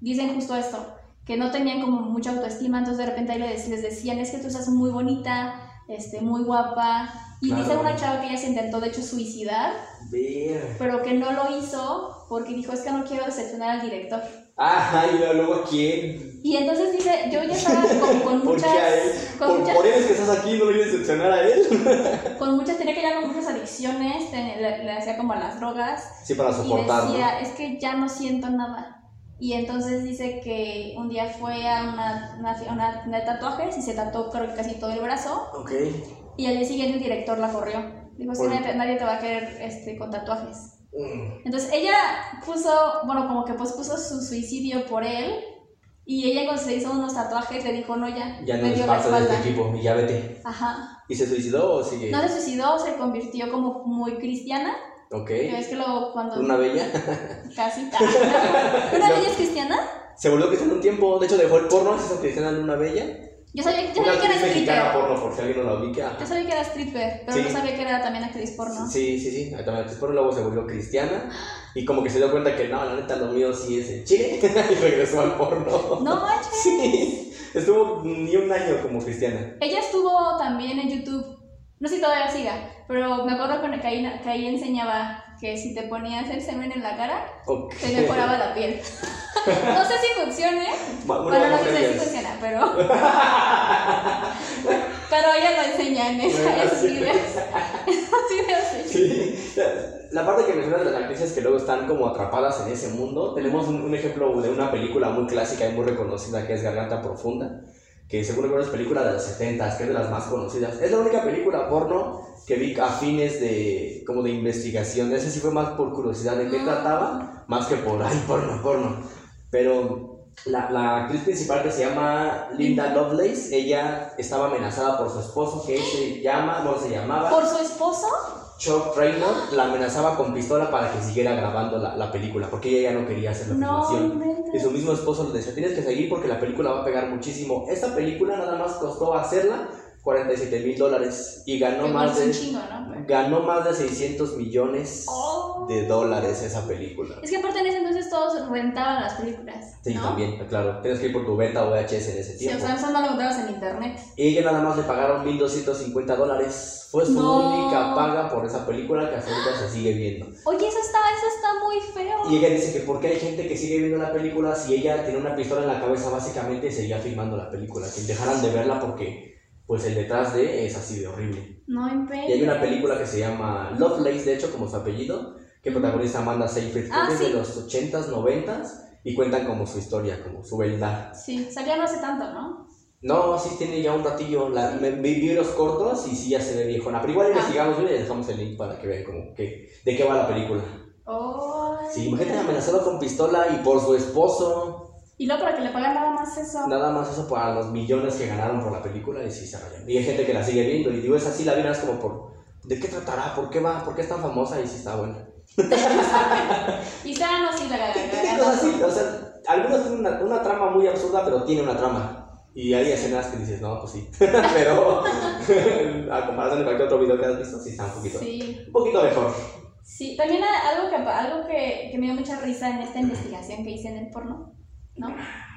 Speaker 2: dicen justo esto, que no tenían como mucha autoestima, entonces de repente ahí les, les decían, es que tú estás muy bonita, este, muy guapa. Y
Speaker 1: Claro.
Speaker 2: dice una chava que ella se intentó de hecho suicidar,
Speaker 1: Ver.
Speaker 2: pero que no lo hizo porque dijo, es que no quiero decepcionar al director.
Speaker 1: Ajá, y luego, luego a quién.
Speaker 2: Y entonces dice, yo ya estaba como con
Speaker 1: ¿Por qué a él?
Speaker 2: muchas... con
Speaker 1: Por,
Speaker 2: muchas-
Speaker 1: por él es que estás aquí, no lo voy a decepcionar a él.
Speaker 2: con muchas, tenía que ya con muchas adicciones, te- le, le hacía como a las drogas
Speaker 1: Sí, para
Speaker 2: y
Speaker 1: soportarlo.
Speaker 2: decía, es que ya no siento nada. Y entonces dice que un día fue a una, una, fi- a una tienda de tatuajes y se tatuó creo que casi todo el brazo
Speaker 1: Ok.
Speaker 2: y al día siguiente el director la corrió. Dijo, es que
Speaker 1: Por-
Speaker 2: nadie, te- nadie te va a querer este, con tatuajes.
Speaker 1: Mm.
Speaker 2: Entonces ella puso, bueno, como que pues puso su suicidio por él y ella cuando se hizo unos tatuajes le dijo, no, ya,
Speaker 1: Ya no
Speaker 2: me
Speaker 1: es
Speaker 2: dio la
Speaker 1: parte de este
Speaker 2: espalda.
Speaker 1: equipo, y ya vete.
Speaker 2: Ajá.
Speaker 1: ¿Y se suicidó o sigue?
Speaker 2: No se suicidó, se convirtió como muy cristiana.
Speaker 1: Ok.
Speaker 2: Es que luego cuando
Speaker 1: Una bella.
Speaker 2: casi una de ellas cristiana
Speaker 1: Se volvió cristiana un tiempo. De hecho, dejó el porno. Se hizo cristiana en una "Ah, bella.
Speaker 2: yo sabía, yo
Speaker 1: Una
Speaker 2: sabía que era
Speaker 1: actriz mexicana
Speaker 2: stripper
Speaker 1: porno, por si alguien no la ubica.
Speaker 2: yo sabía que era stripper pero
Speaker 1: Sí.
Speaker 2: no sabía que era también actriz porno
Speaker 1: Sí, sí, sí. También actriz porno. Luego se volvió cristiana. Y como que se dio cuenta que no, la neta, lo mío sí es el chile. y regresó al porno.
Speaker 2: no manches
Speaker 1: Sí. Estuvo ni un año como cristiana.
Speaker 2: ella estuvo también en YouTube no sé si todavía siga pero me acuerdo que ahí, que ahí enseñaba que si te ponías el semen en la cara
Speaker 1: Ok.
Speaker 2: te mejoraba la piel no sé si funcione
Speaker 1: Bueno,
Speaker 2: bueno no
Speaker 1: no
Speaker 2: sé si
Speaker 1: sabías.
Speaker 2: funciona pero pero ella lo enseña en esa- esos videos esos videos de
Speaker 1: Sí. La- La parte que mencionas de las actrices que luego están como atrapadas en ese mundo, tenemos un, un ejemplo de una película muy clásica y muy reconocida que es Garganta Profunda, que según recuerdo es película de los 70, que es de las más conocidas. Es la única película porno que vi a fines de, como de investigación. Ese sí fue más por curiosidad de qué
Speaker 2: Ah.
Speaker 1: trataba, más que por, ay, porno, porno. Pero la, la actriz principal que se llama Linda Lovelace, ella estaba amenazada por su esposo, que se llama, no se llamaba...
Speaker 2: por su esposo
Speaker 1: Chuck Raymond la amenazaba con pistola para que siguiera grabando la, la película, porque ella ya no quería hacer la
Speaker 2: no
Speaker 1: filmación.
Speaker 2: inventes.
Speaker 1: Y su mismo esposo le decía, tienes que seguir porque la película va a pegar muchísimo. Esta película nada más costó hacerla 47 mil dólares y ganó
Speaker 2: Igual
Speaker 1: más,
Speaker 2: es un
Speaker 1: de,
Speaker 2: chingo, ¿no?
Speaker 1: ganó más de 600 millones
Speaker 2: Oh.
Speaker 1: de dólares esa película.
Speaker 2: Es que aparte en ese entonces todos rentaban las películas.
Speaker 1: Sí,
Speaker 2: ¿no?
Speaker 1: también, claro. Tienes que ir por tu venta o VHS en ese
Speaker 2: Sí, o
Speaker 1: tiempo.
Speaker 2: sea, eso no lo encontrabas en internet.
Speaker 1: Ella nada más le pagaron 1.250 dólares. Fue su
Speaker 2: No.
Speaker 1: única paga por esa película que hasta ahorita se sigue viendo.
Speaker 2: Oye, eso está, eso está muy feo.
Speaker 1: Y ella dice que porque hay gente que sigue viendo la película si ella tiene una pistola en la cabeza, básicamente seguía filmando la película, que dejaran de verla porque pues el detrás de es así de horrible.
Speaker 2: No
Speaker 1: Y hay
Speaker 2: inventes.
Speaker 1: una película que se llama Lovelace, de hecho, como su apellido, que protagoniza Amanda Seyfried, creo
Speaker 2: Ah,
Speaker 1: que es
Speaker 2: sí.
Speaker 1: de los 80s, 90s, y cuentan como su historia, como su beldad.
Speaker 2: Sí, salía no hace tanto, ¿no?
Speaker 1: No, así tiene ya un ratillo, la, me, me vi los cortos y sí ya se ve viejona, pero
Speaker 2: Ah.
Speaker 1: igual investigamos y le dejamos el link para que vean como que, de qué va la película.
Speaker 2: Oh,
Speaker 1: Sí, imagínate amenazado con pistola y por su esposo.
Speaker 2: Y luego para que le pagan nada más eso.
Speaker 1: Nada más eso para los millones que ganaron por la película y sí se rayan. Y hay gente que la sigue viendo y digo, esa sí la vi nada más como por... ¿De qué tratará? ¿Por qué va? ¿Por qué es tan famosa? Y sí está buena.
Speaker 2: Y ya no sí la
Speaker 1: Tiene
Speaker 2: ganan.
Speaker 1: cosas así, o sea, algunos tienen una, una trama muy absurda, pero tiene una trama. Y hay escenas que dices, no, pues sí. pero a comparación de cualquier otro video que has visto, sí está un poquito,
Speaker 2: Sí,
Speaker 1: un poquito mejor.
Speaker 2: sí. También a- algo, que, algo que, que me dio mucha risa en esta investigación que hice en el porno, ¿no?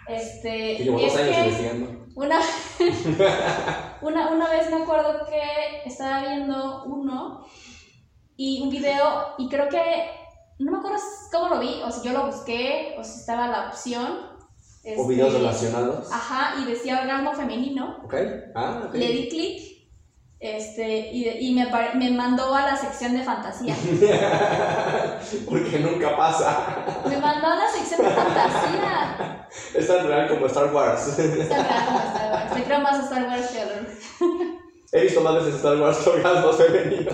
Speaker 2: Este,
Speaker 1: Ah. Que llevo
Speaker 2: es
Speaker 1: dos años
Speaker 2: que-
Speaker 1: investigando.
Speaker 2: Una, una, una vez me acuerdo que estaba viendo uno y un video y creo que no me acuerdo cómo lo vi o si yo lo busqué o si estaba la opción.
Speaker 1: O
Speaker 2: este,
Speaker 1: videos relacionados.
Speaker 2: Ajá, y decía orgasmo femenino.
Speaker 1: ¿Ok? Ah, ok.
Speaker 2: Le di clic este, y, y me, apare- me mandó a la sección de fantasía.
Speaker 1: Porque nunca pasa.
Speaker 2: me mandó a la sección de fantasía.
Speaker 1: Es tan real como Star Wars.
Speaker 2: Está raro, Star Wars. Te creo más a Star Wars que a Lord.
Speaker 1: He visto más veces Star Wars orgasmos femeninos.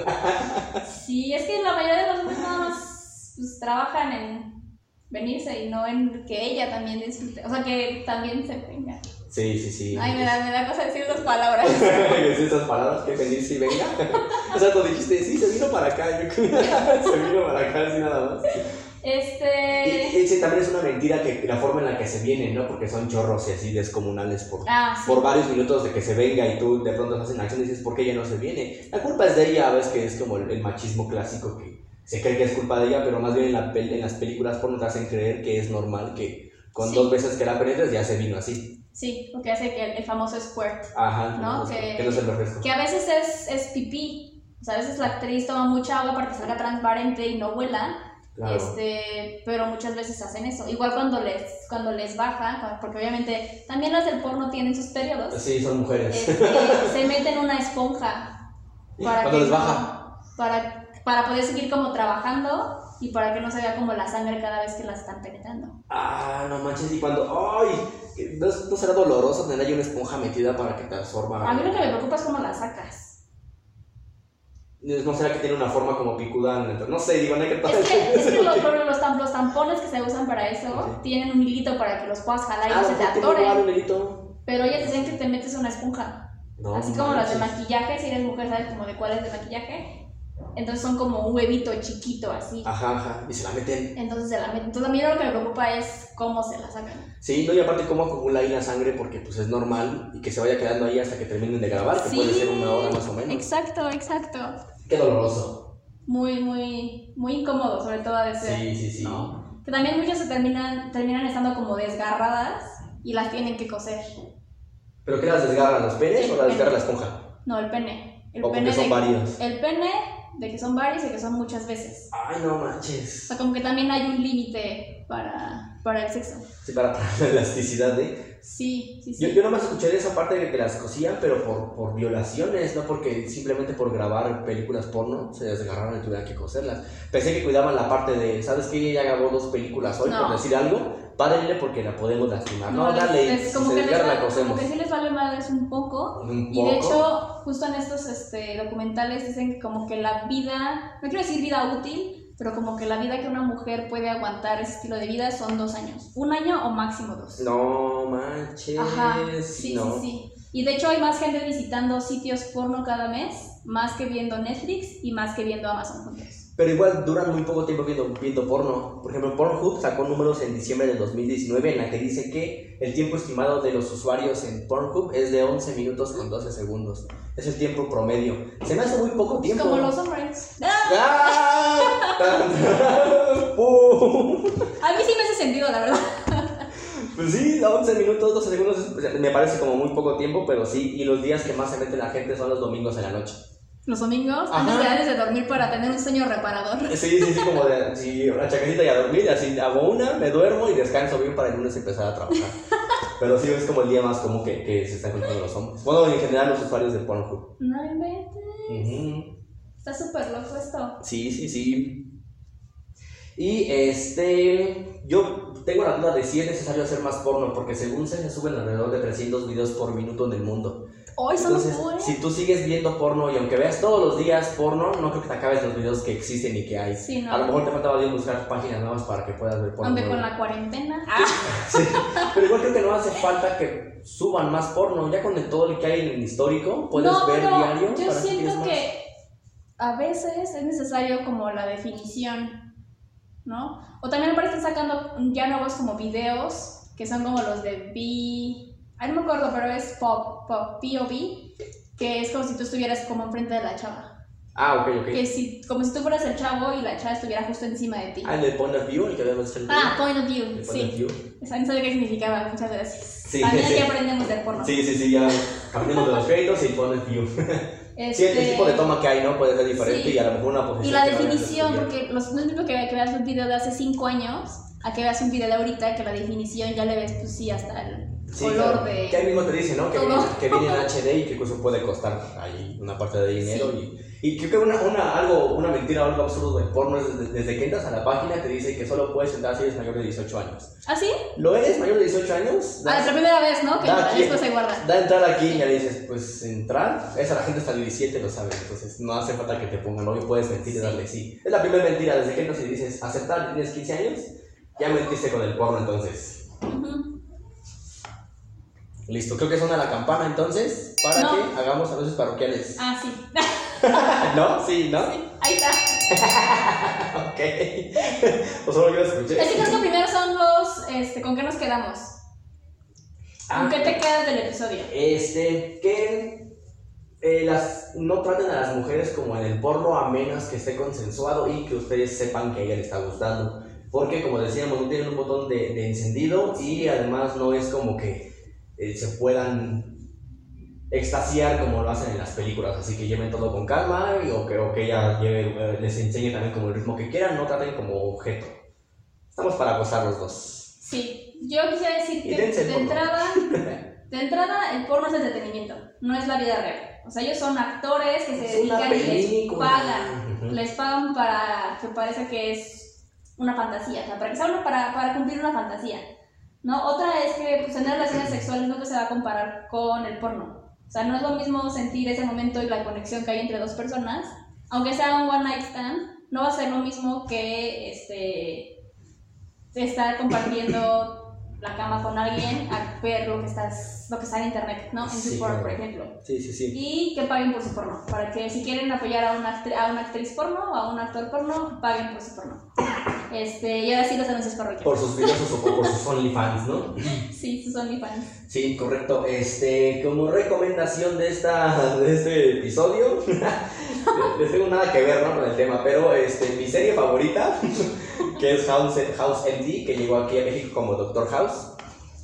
Speaker 2: Sí, es que la mayoría de los hombres nada más pues, trabajan en venirse y no en que ella también disfrute, o sea, que también se venga.
Speaker 1: Sí, sí, sí.
Speaker 2: Ay, me da, me da cosa decir dos palabras.
Speaker 1: Es esas palabras que venir si venga. O sea, cuando dijiste, sí, se vino para acá, yo creo que se vino para acá, así nada más.
Speaker 2: Este.
Speaker 1: Y, y sí, también es una mentira que la forma en la que se vienen, ¿no? Porque son chorros y así descomunales por,
Speaker 2: Ah, sí.
Speaker 1: por varios minutos de que se venga y tú de pronto hacen acción y dices, ¿por qué ella no se viene? La culpa es de ella, ves que es como el, el machismo clásico que se cree que es culpa de ella, pero más bien en, la pel- en las películas porno te hacen creer que es normal que con
Speaker 2: Sí.
Speaker 1: dos veces que la penetras ya se vino así.
Speaker 2: Sí, lo que hace que el, el famoso squirt.
Speaker 1: Ajá.
Speaker 2: No, que-
Speaker 1: que no se lo ofrezco.
Speaker 2: Que a veces es, es pipí. O sea, a veces la actriz toma mucha agua para que salga transparente y no huela.
Speaker 1: Claro.
Speaker 2: Este, pero muchas veces hacen eso. Igual cuando les, cuando les baja, cua- porque obviamente también las del porno tienen sus periodos.
Speaker 1: Sí, son mujeres.
Speaker 2: Este, se meten una esponja para
Speaker 1: Cuando
Speaker 2: que
Speaker 1: les
Speaker 2: no-
Speaker 1: baja.
Speaker 2: para, para poder seguir como trabajando y para que no se vea como la sangre cada vez que las están penetrando.
Speaker 1: Ah, no manches, y cuando. ¡Ay! ¿No, es- no será doloroso tener ahí una esponja metida para que te absorba?
Speaker 2: A mí lo que me preocupa es cómo las sacas.
Speaker 1: ¿No será que tiene una forma como picuda? en el- No sé, digo, no hay que
Speaker 2: Es que, es que los, los, tam- los tampones que se usan para eso
Speaker 1: Sí.
Speaker 2: tienen un hilito para que los puedas jalar y
Speaker 1: Ah,
Speaker 2: no se te
Speaker 1: mejor tiene un
Speaker 2: atoren.
Speaker 1: balonelito.
Speaker 2: Pero ellas dicen que te metes una esponja.
Speaker 1: No
Speaker 2: Así como las de
Speaker 1: manches.
Speaker 2: maquillaje, si eres mujer sabes como de cuál es de maquillaje. Entonces son como un huevito chiquito así.
Speaker 1: Ajá, ajá, y se la meten.
Speaker 2: Entonces se la meten. Entonces a mí lo que me preocupa es cómo se la sacan.
Speaker 1: Sí, no, y aparte, cómo acumula ahí la sangre, porque pues es normal y que se vaya quedando ahí hasta que terminen de grabar, que
Speaker 2: Sí.
Speaker 1: puede ser una hora más o menos.
Speaker 2: Exacto, exacto.
Speaker 1: Qué doloroso.
Speaker 2: muy, muy, muy incómodo, sobre todo a veces.
Speaker 1: Sí, sí, sí.
Speaker 2: No. Que también muchas se terminan, terminan estando como desgarradas y las tienen que coser.
Speaker 1: ¿Pero qué las desgarran? ¿Los penes o las desgarra la esponja?
Speaker 2: No, el pene. El
Speaker 1: o
Speaker 2: pene
Speaker 1: porque son
Speaker 2: de,
Speaker 1: varios.
Speaker 2: El pene de que son varios y que son muchas veces.
Speaker 1: Ay, no
Speaker 2: O
Speaker 1: manches.
Speaker 2: sea, como que también hay un límite para, para el sexo.
Speaker 1: Sí, para, para la elasticidad, ¿eh?
Speaker 2: Sí, sí, sí.
Speaker 1: Yo, yo nomás escuché de esa parte de que las cosían, pero por, por violaciones, no porque simplemente por grabar películas porno se desgarraron y tuvieran que coserlas. Pensé que cuidaban la parte de, ¿sabes qué? Ella grabó dos películas hoy,
Speaker 2: No.
Speaker 1: por decir algo, párenle porque la podemos lastimar. No, dale,
Speaker 2: les- les-
Speaker 1: si se
Speaker 2: que les
Speaker 1: desgarra la
Speaker 2: va- como
Speaker 1: cosemos.
Speaker 2: que sí les vale madres un poco.
Speaker 1: Un
Speaker 2: Y
Speaker 1: poco.
Speaker 2: de hecho, justo en estos este, documentales dicen que como que la vida, no quiero decir vida útil, pero como que la vida que una mujer puede aguantar ese estilo de vida son dos años. Un año o máximo dos.
Speaker 1: No manches.
Speaker 2: Ajá, sí,
Speaker 1: no.
Speaker 2: sí, sí. Y de hecho hay más gente visitando sitios porno cada mes, más que viendo Netflix y más que viendo Amazon juntos.
Speaker 1: Pero igual duran muy poco tiempo viendo, viendo porno. Por ejemplo, Pornhub sacó números en diciembre del 2019 en la que dice que el tiempo estimado de los usuarios en Pornhub es de 11 minutos con 12 segundos. Es el tiempo promedio. Se me hace muy poco tiempo.
Speaker 2: Como los hombres. ¡Ah!
Speaker 1: ¡Ah! ¡Tan, tan! ¡Pum!
Speaker 2: A mí sí me hace sentido, la verdad.
Speaker 1: Pues sí, 11 minutos, 12 segundos es- o sea, me parece como muy poco tiempo, pero sí. Y los días que más se mete la gente son los domingos en la noche.
Speaker 2: Los domingos, antes
Speaker 1: Ajá.
Speaker 2: de, antes de dormir para tener un sueño reparador.
Speaker 1: Sí, sí, sí, como de sí, una chaquetita y a dormir, así hago una, me duermo y descanso bien para el lunes empezar a trabajar. Pero sí, es como el día más común que, que se están encontrando los hombres. Bueno, en general los usuarios de Pornhub.
Speaker 2: No inventes.
Speaker 1: Ujú.
Speaker 2: Está súper loco esto.
Speaker 1: Sí, sí, sí. Y este, yo tengo la duda de si es necesario hacer más porno, porque según se, se suben alrededor de 300 videos por minuto en el mundo.
Speaker 2: Hoy son los
Speaker 1: Entonces,
Speaker 2: pobres.
Speaker 1: si tú sigues viendo porno y aunque veas todos los días porno, no creo que te acabes los videos que existen y que hay.
Speaker 2: Sí, no.
Speaker 1: A lo mejor te falta bien buscar páginas nuevas para que puedas ver porno.
Speaker 2: Aunque
Speaker 1: nuevo.
Speaker 2: con la cuarentena.
Speaker 1: Sí, pero igual creo que no hace falta que suban más porno. Ya con el todo el que hay en el histórico, puedes
Speaker 2: No,
Speaker 1: ver
Speaker 2: pero
Speaker 1: diario.
Speaker 2: Yo
Speaker 1: ¿para qué quieres
Speaker 2: siento
Speaker 1: más?
Speaker 2: que a veces es necesario como la definición, ¿no? O también me parece que están sacando ya nuevos como videos que son como los de B. Ay, no me acuerdo, pero es pop, pop, POV, que es como si tú estuvieras como enfrente de la chava.
Speaker 1: Ah, ok, ok.
Speaker 2: Que si, como si tú fueras el chavo y la chava estuviera justo encima de ti.
Speaker 1: Ah, en el point of view, el que habíamos hecho el
Speaker 2: Ah, point of
Speaker 1: video,
Speaker 2: view,
Speaker 1: el point of
Speaker 2: sí.
Speaker 1: view.
Speaker 2: Esa no sabía qué significaba, muchas gracias.
Speaker 1: Sí,
Speaker 2: También
Speaker 1: sí.
Speaker 2: aquí aprendemos del porno.
Speaker 1: Sí, sí, sí, ya cambiamos de los créditos y el point of view. Sí, el- el
Speaker 2: Este-
Speaker 1: tipo de toma que hay, ¿no? Puede ser diferente
Speaker 2: Sí.
Speaker 1: y a lo mejor una posición.
Speaker 2: Y la
Speaker 1: que no habías
Speaker 2: definición,
Speaker 1: estudiado.
Speaker 2: porque los, no es lo mismo que, que veas un video de hace 5 años a que veas un video de ahorita que la definición ya le ves, pues sí, hasta el
Speaker 1: Sí,
Speaker 2: color
Speaker 1: claro.
Speaker 2: de...
Speaker 1: Que ahí mismo te dice, ¿no? Que,
Speaker 2: todo.
Speaker 1: viene, que viene en HD y que incluso puede costar ahí una parte de dinero. Y, y creo que una, una, algo, una mentira o algo absurdo del porno es desde, desde que entras a la página te dice que solo puedes entrar si eres mayor de 18 años.
Speaker 2: ¿Ah, sí?
Speaker 1: ¿Lo eres mayor de 18 años?
Speaker 2: Ah,
Speaker 1: Da,
Speaker 2: es la primera vez, ¿no? Que
Speaker 1: da
Speaker 2: Ah, la
Speaker 1: aquí.
Speaker 2: esto se guarda.
Speaker 1: da entrar aquí y ya le dices, pues entrar. Esa la gente hasta el 17 lo sabe, entonces no hace falta que te pongan hoy, puedes mentir y
Speaker 2: Sí.
Speaker 1: darle sí. Es la primera mentira, desde que entras y dices, aceptar, tienes 15 años, ya mentiste con el porno entonces.
Speaker 2: Ujú.
Speaker 1: Listo, creo que suena la campana entonces para
Speaker 2: No.
Speaker 1: que hagamos anuncios parroquiales.
Speaker 2: Ah, sí.
Speaker 1: ¿No? Sí, ¿no?
Speaker 2: Ahí está.
Speaker 1: ok. o solo yo escuché.
Speaker 2: Es que creo que primero son los. Este, ¿Con qué nos quedamos?
Speaker 1: Ah,
Speaker 2: ¿Con qué te quedas del episodio?
Speaker 1: Este, que eh, las, no traten a las mujeres como en el porno a menos que esté consensuado y que ustedes sepan que a ella le está gustando. Porque como decíamos, no tienen un botón de, de encendido y además no es como que eh, se puedan extasiar como lo hacen en las películas. Así que lleven todo con calma y, o, que, o que ella lleve, eh, les enseñe también como el ritmo que quieran, no traten como objeto. Estamos para gozar los dos.
Speaker 2: Sí, yo quisiera decir
Speaker 1: Y
Speaker 2: que
Speaker 1: dense el
Speaker 2: de
Speaker 1: porno.
Speaker 2: entrada, de entrada el porno es entretenimiento, no es la vida real. O sea, ellos son actores que se
Speaker 1: Es una
Speaker 2: dedican y les
Speaker 1: película.
Speaker 2: pagan,
Speaker 1: Ujú.
Speaker 2: les pagan para que parezca que es una fantasía, o sea, para que sea una- para, para cumplir una fantasía. ¿no? Otra es que pues, tener relaciones sexuales nunca se va a comparar con el porno. O sea, no es lo mismo sentir ese momento y la conexión que hay entre dos personas, aunque sea un one night stand, no va a ser lo mismo que este estar compartiendo la cama con alguien a ver lo que estás lo que está en internet, ¿no? En su
Speaker 1: Sí,
Speaker 2: porno, por
Speaker 1: claro.
Speaker 2: ejemplo.
Speaker 1: Sí, sí, sí.
Speaker 2: Y que paguen por su porno, para que si quieren apoyar a una, actri- a una actriz porno o a un actor porno, paguen por su porno. Este, y ahora sí los anuncios parroquiales.
Speaker 1: Por sus videos o por- por sus OnlyFans, ¿no?
Speaker 2: Sí, esos son mis fans.
Speaker 1: Sí, correcto. Este, como recomendación de esta, de este episodio, les tengo nada que ver, ¿no? Con el tema, pero este, mi serie favorita, que es House, House MD, que llegó aquí a México como Doctor House,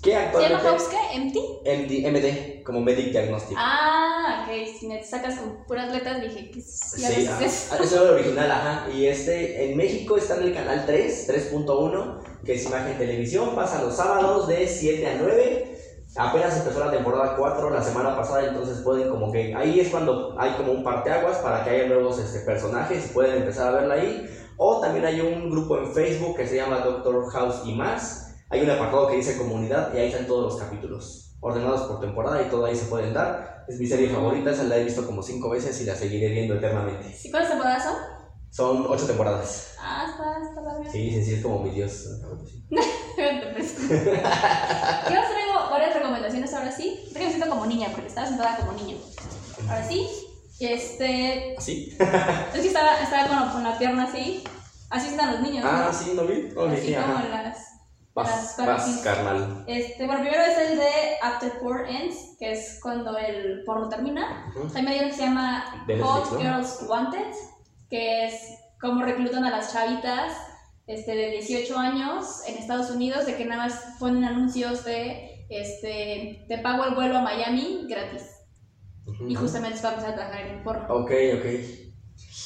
Speaker 1: que
Speaker 2: ¿Se llama
Speaker 1: actualmente
Speaker 2: House qué? ¿Empty?
Speaker 1: MD, MD, como Medic Diagnostic.
Speaker 2: Ah, ok. Si me sacas con puras letras, dije que ya
Speaker 1: Sí,
Speaker 2: ves,
Speaker 1: ah,
Speaker 2: es-
Speaker 1: ah, eso era el original, ajá. Y este, en México está en el canal 3, 3.1, que es Imagen Televisión, pasa los sábados de 7 a 9. Apenas empezó la temporada 4 la semana pasada, entonces pueden como que, ahí es cuando hay como un parteaguas para que haya nuevos este, personajes y pueden empezar a verla ahí. O también hay un grupo en Facebook que se llama Doctor House y más. Hay un apartado que dice comunidad y ahí están todos los capítulos, ordenados por temporada y todo ahí se pueden dar. Es mi serie favorita, esa la he visto como cinco veces y la seguiré viendo eternamente.
Speaker 2: ¿Sí, ¿Cuántas temporadas son?
Speaker 1: Son ocho temporadas.
Speaker 2: Ah, está, está la bien.
Speaker 1: Sí, sí, sí, es como mi dios.
Speaker 2: Yo os traigo varias recomendaciones ahora sí. Creo que me siento como niña, porque estaba sentada como niña. Ahora sí, este.
Speaker 1: ¿Así?
Speaker 2: Es que estaba, estaba con, con la pierna así. Así están los niños.
Speaker 1: Ah,
Speaker 2: ¿no?
Speaker 1: sí, ¿no vi? Ok,
Speaker 2: así
Speaker 1: sí,
Speaker 2: como
Speaker 1: ajá.
Speaker 2: las.
Speaker 1: Vas,
Speaker 2: las
Speaker 1: vas,
Speaker 2: partes.
Speaker 1: carnal.
Speaker 2: Este, bueno, primero es el de After Porn Ends, que es cuando el porno termina.
Speaker 1: Ujú.
Speaker 2: Hay medio que se llama
Speaker 1: De Netflix,
Speaker 2: Hot
Speaker 1: ¿no?
Speaker 2: Girls Wanted, que es cómo reclutan a las chavitas este, de 18 años en Estados Unidos, de que nada más ponen anuncios de, este, te pago el vuelo a Miami gratis.
Speaker 1: Ujú.
Speaker 2: Y justamente se va a empezar a trabajar en el porno.
Speaker 1: Ok, ok.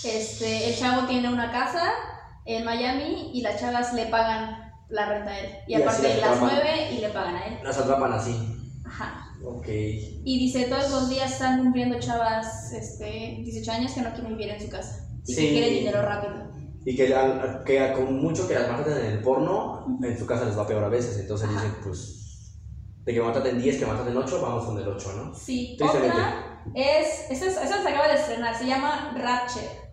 Speaker 2: Este, el chavo tiene una casa en Miami y las chavas le pagan la renta a él. Y,
Speaker 1: Y así
Speaker 2: aparte
Speaker 1: las
Speaker 2: las
Speaker 1: atrapan.
Speaker 2: mueve y le pagan a él.
Speaker 1: Las atrapan así.
Speaker 2: Ajá.
Speaker 1: Ok.
Speaker 2: Y dice, todos los días están cumpliendo chavas este, 18 años que no quieren vivir en su casa y
Speaker 1: Sí.
Speaker 2: que quieren dinero rápido.
Speaker 1: Y que, la- que a- con mucho que las maltraten en el porno, en su casa les va peor a veces. Entonces
Speaker 2: Ajá.
Speaker 1: dicen, pues, de que maltraten 10, que maltraten 8, vamos con el 8, ¿no?
Speaker 2: Sí,
Speaker 1: Tristemente.
Speaker 2: otra es, esa es- esa se acaba de estrenar, se llama Ratchet.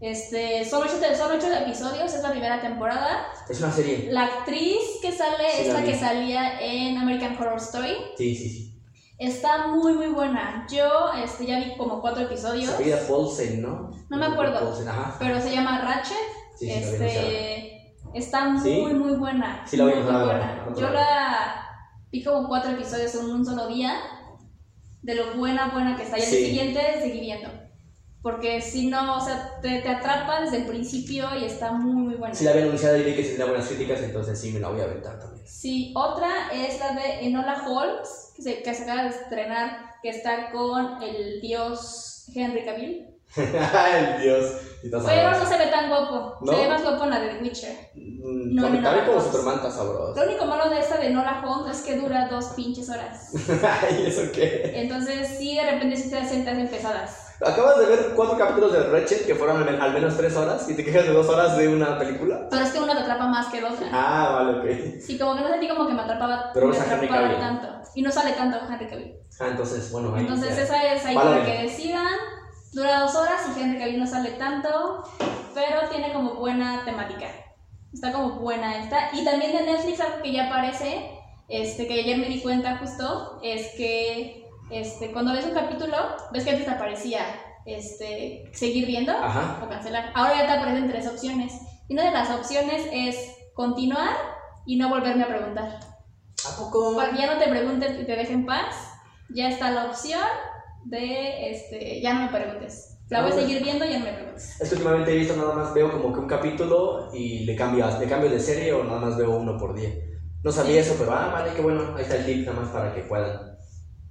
Speaker 2: Este, son ocho, te- son ocho episodios, es la primera temporada.
Speaker 1: Es una serie.
Speaker 2: La actriz que sale
Speaker 1: Sí,
Speaker 2: es
Speaker 1: la
Speaker 2: la
Speaker 1: vi.
Speaker 2: que salía en American Horror Story.
Speaker 1: Sí, sí, sí.
Speaker 2: Está muy, muy buena. Yo este, ya vi como cuatro episodios,
Speaker 1: Sabida Paulsen, ¿no?
Speaker 2: No me acuerdo.
Speaker 1: Paulsen, ajá.
Speaker 2: pero se llama Ratchet.
Speaker 1: Sí, sí, también anunciada.
Speaker 2: Este, está muy,
Speaker 1: ¿Sí?
Speaker 2: muy buena.
Speaker 1: Sí, la voy a
Speaker 2: muy,
Speaker 1: empezar a
Speaker 2: muy
Speaker 1: ver,
Speaker 2: buena.
Speaker 1: ahora te la
Speaker 2: Yo
Speaker 1: veo.
Speaker 2: la vi como cuatro episodios en un solo día. De lo buena, buena que está. Y el
Speaker 1: Sí.
Speaker 2: siguiente seguí viendo. Porque si no, o sea, te, te atrapa desde el principio y está muy, muy buena.
Speaker 1: Sí, la había anunciado y vi que tendría buenas críticas, entonces sí, me la voy a aventar también.
Speaker 2: Sí, otra es la de Enola Holmes, que se, que se acaba de estrenar, que está con el dios Henry Cavill.
Speaker 1: Ay, Dios. Y estás
Speaker 2: Pero
Speaker 1: sabroso.
Speaker 2: no se ve tan guapo,
Speaker 1: ¿No?
Speaker 2: se ve más guapo en la de The Witcher.
Speaker 1: Mm,
Speaker 2: No,
Speaker 1: También
Speaker 2: no,
Speaker 1: también
Speaker 2: no.
Speaker 1: como Superman está sabroso.
Speaker 2: Lo único malo de esta de Nola Holmes es que dura dos pinches horas.
Speaker 1: Ay, ¿eso qué?
Speaker 2: Entonces, sí, de repente sí te sientas empezadas.
Speaker 1: Acabas de ver cuatro capítulos de Ratchet que fueron al men- al menos tres horas y te quejas de dos horas de una película.
Speaker 2: Pero es que una te atrapa más que otra.
Speaker 1: Ah, vale, ok.
Speaker 2: Sí, como que no sentí como que me atrapaba,
Speaker 1: Pero
Speaker 2: me
Speaker 1: ves a Henry
Speaker 2: atrapaba
Speaker 1: Cavill.
Speaker 2: tanto. Y no sale tanto Henry Cavill.
Speaker 1: Ah, entonces, bueno, ahí.
Speaker 2: Entonces,
Speaker 1: ya.
Speaker 2: esa es ahí
Speaker 1: Vale.
Speaker 2: para que decidan. Dura dos horas y Henry Cavill no sale tanto, pero tiene como buena temática. Está como buena esta. Y también de Netflix, algo que ya aparece, este, que ayer me di cuenta justo, es que este, cuando ves un capítulo, ves que antes te aparecía este, seguir viendo
Speaker 1: Ajá.
Speaker 2: o cancelar. Ahora ya te aparecen tres opciones. Y una de las opciones es continuar y no volverme a preguntar.
Speaker 1: ¿A poco?
Speaker 2: Porque ya no te pregunten y te dejen paz, ya está la opción de este, ya no me preguntes. La voy a
Speaker 1: Ah, bueno.
Speaker 2: seguir viendo, ya no me preguntes.
Speaker 1: Es que últimamente he visto nada más veo como que un capítulo y le cambio, a- le cambio de serie o nada más veo uno por día. No sabía eso, pero ah, vale, qué bueno. Ahí está el tip nada más para que puedan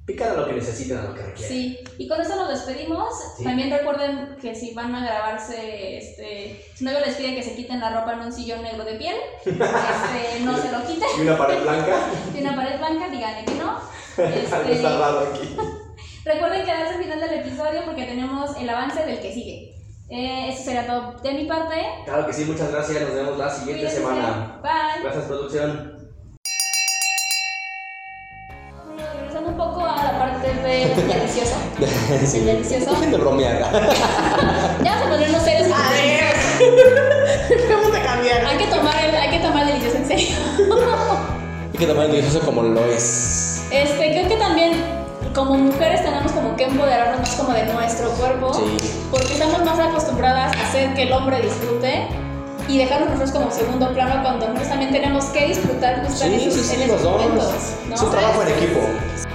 Speaker 1: picar a lo que necesiten, a lo que requieran.
Speaker 2: Sí, y con eso nos despedimos.
Speaker 1: Sí.
Speaker 2: También recuerden que si van a grabarse, este, su novio les pide que se quiten la ropa en un sillón negro de piel, este, no se lo quiten.
Speaker 1: Y una pared blanca.
Speaker 2: Y una pared blanca, díganle que no.
Speaker 1: Algo
Speaker 2: Este,
Speaker 1: está raro aquí.
Speaker 2: recuerden quedarse al final del episodio porque tenemos el avance del que sigue. Eh, eso será todo de mi parte.
Speaker 1: Claro que sí, muchas gracias. Nos vemos la siguiente
Speaker 2: Cuídense.
Speaker 1: semana.
Speaker 2: Bye.
Speaker 1: Gracias, producción.
Speaker 2: Bueno, regresando un poco a la parte de delicioso.
Speaker 1: Sí.
Speaker 2: El delicioso.
Speaker 1: Dejen de bromear.
Speaker 2: Ya vamos a ponernos serios.
Speaker 3: A ver, debemos de cambiar.
Speaker 2: Hay que tomar el, hay que tomar el delicioso en serio.
Speaker 1: Hay que tomar el delicioso como lo es.
Speaker 2: Este, creo que también como mujeres tenemos como que empoderarnos más como de nuestro cuerpo.
Speaker 1: Sí.
Speaker 2: Porque estamos más acostumbradas a hacer que el hombre disfrute y dejarnos nosotros como segundo plano cuando nosotros también tenemos que disfrutar
Speaker 1: Sí,
Speaker 2: justamente
Speaker 1: sí,
Speaker 2: esos,
Speaker 1: sí,
Speaker 2: en
Speaker 1: los
Speaker 2: esos
Speaker 1: dos.
Speaker 2: momentos. ¿no?
Speaker 1: Es un trabajo en equipo.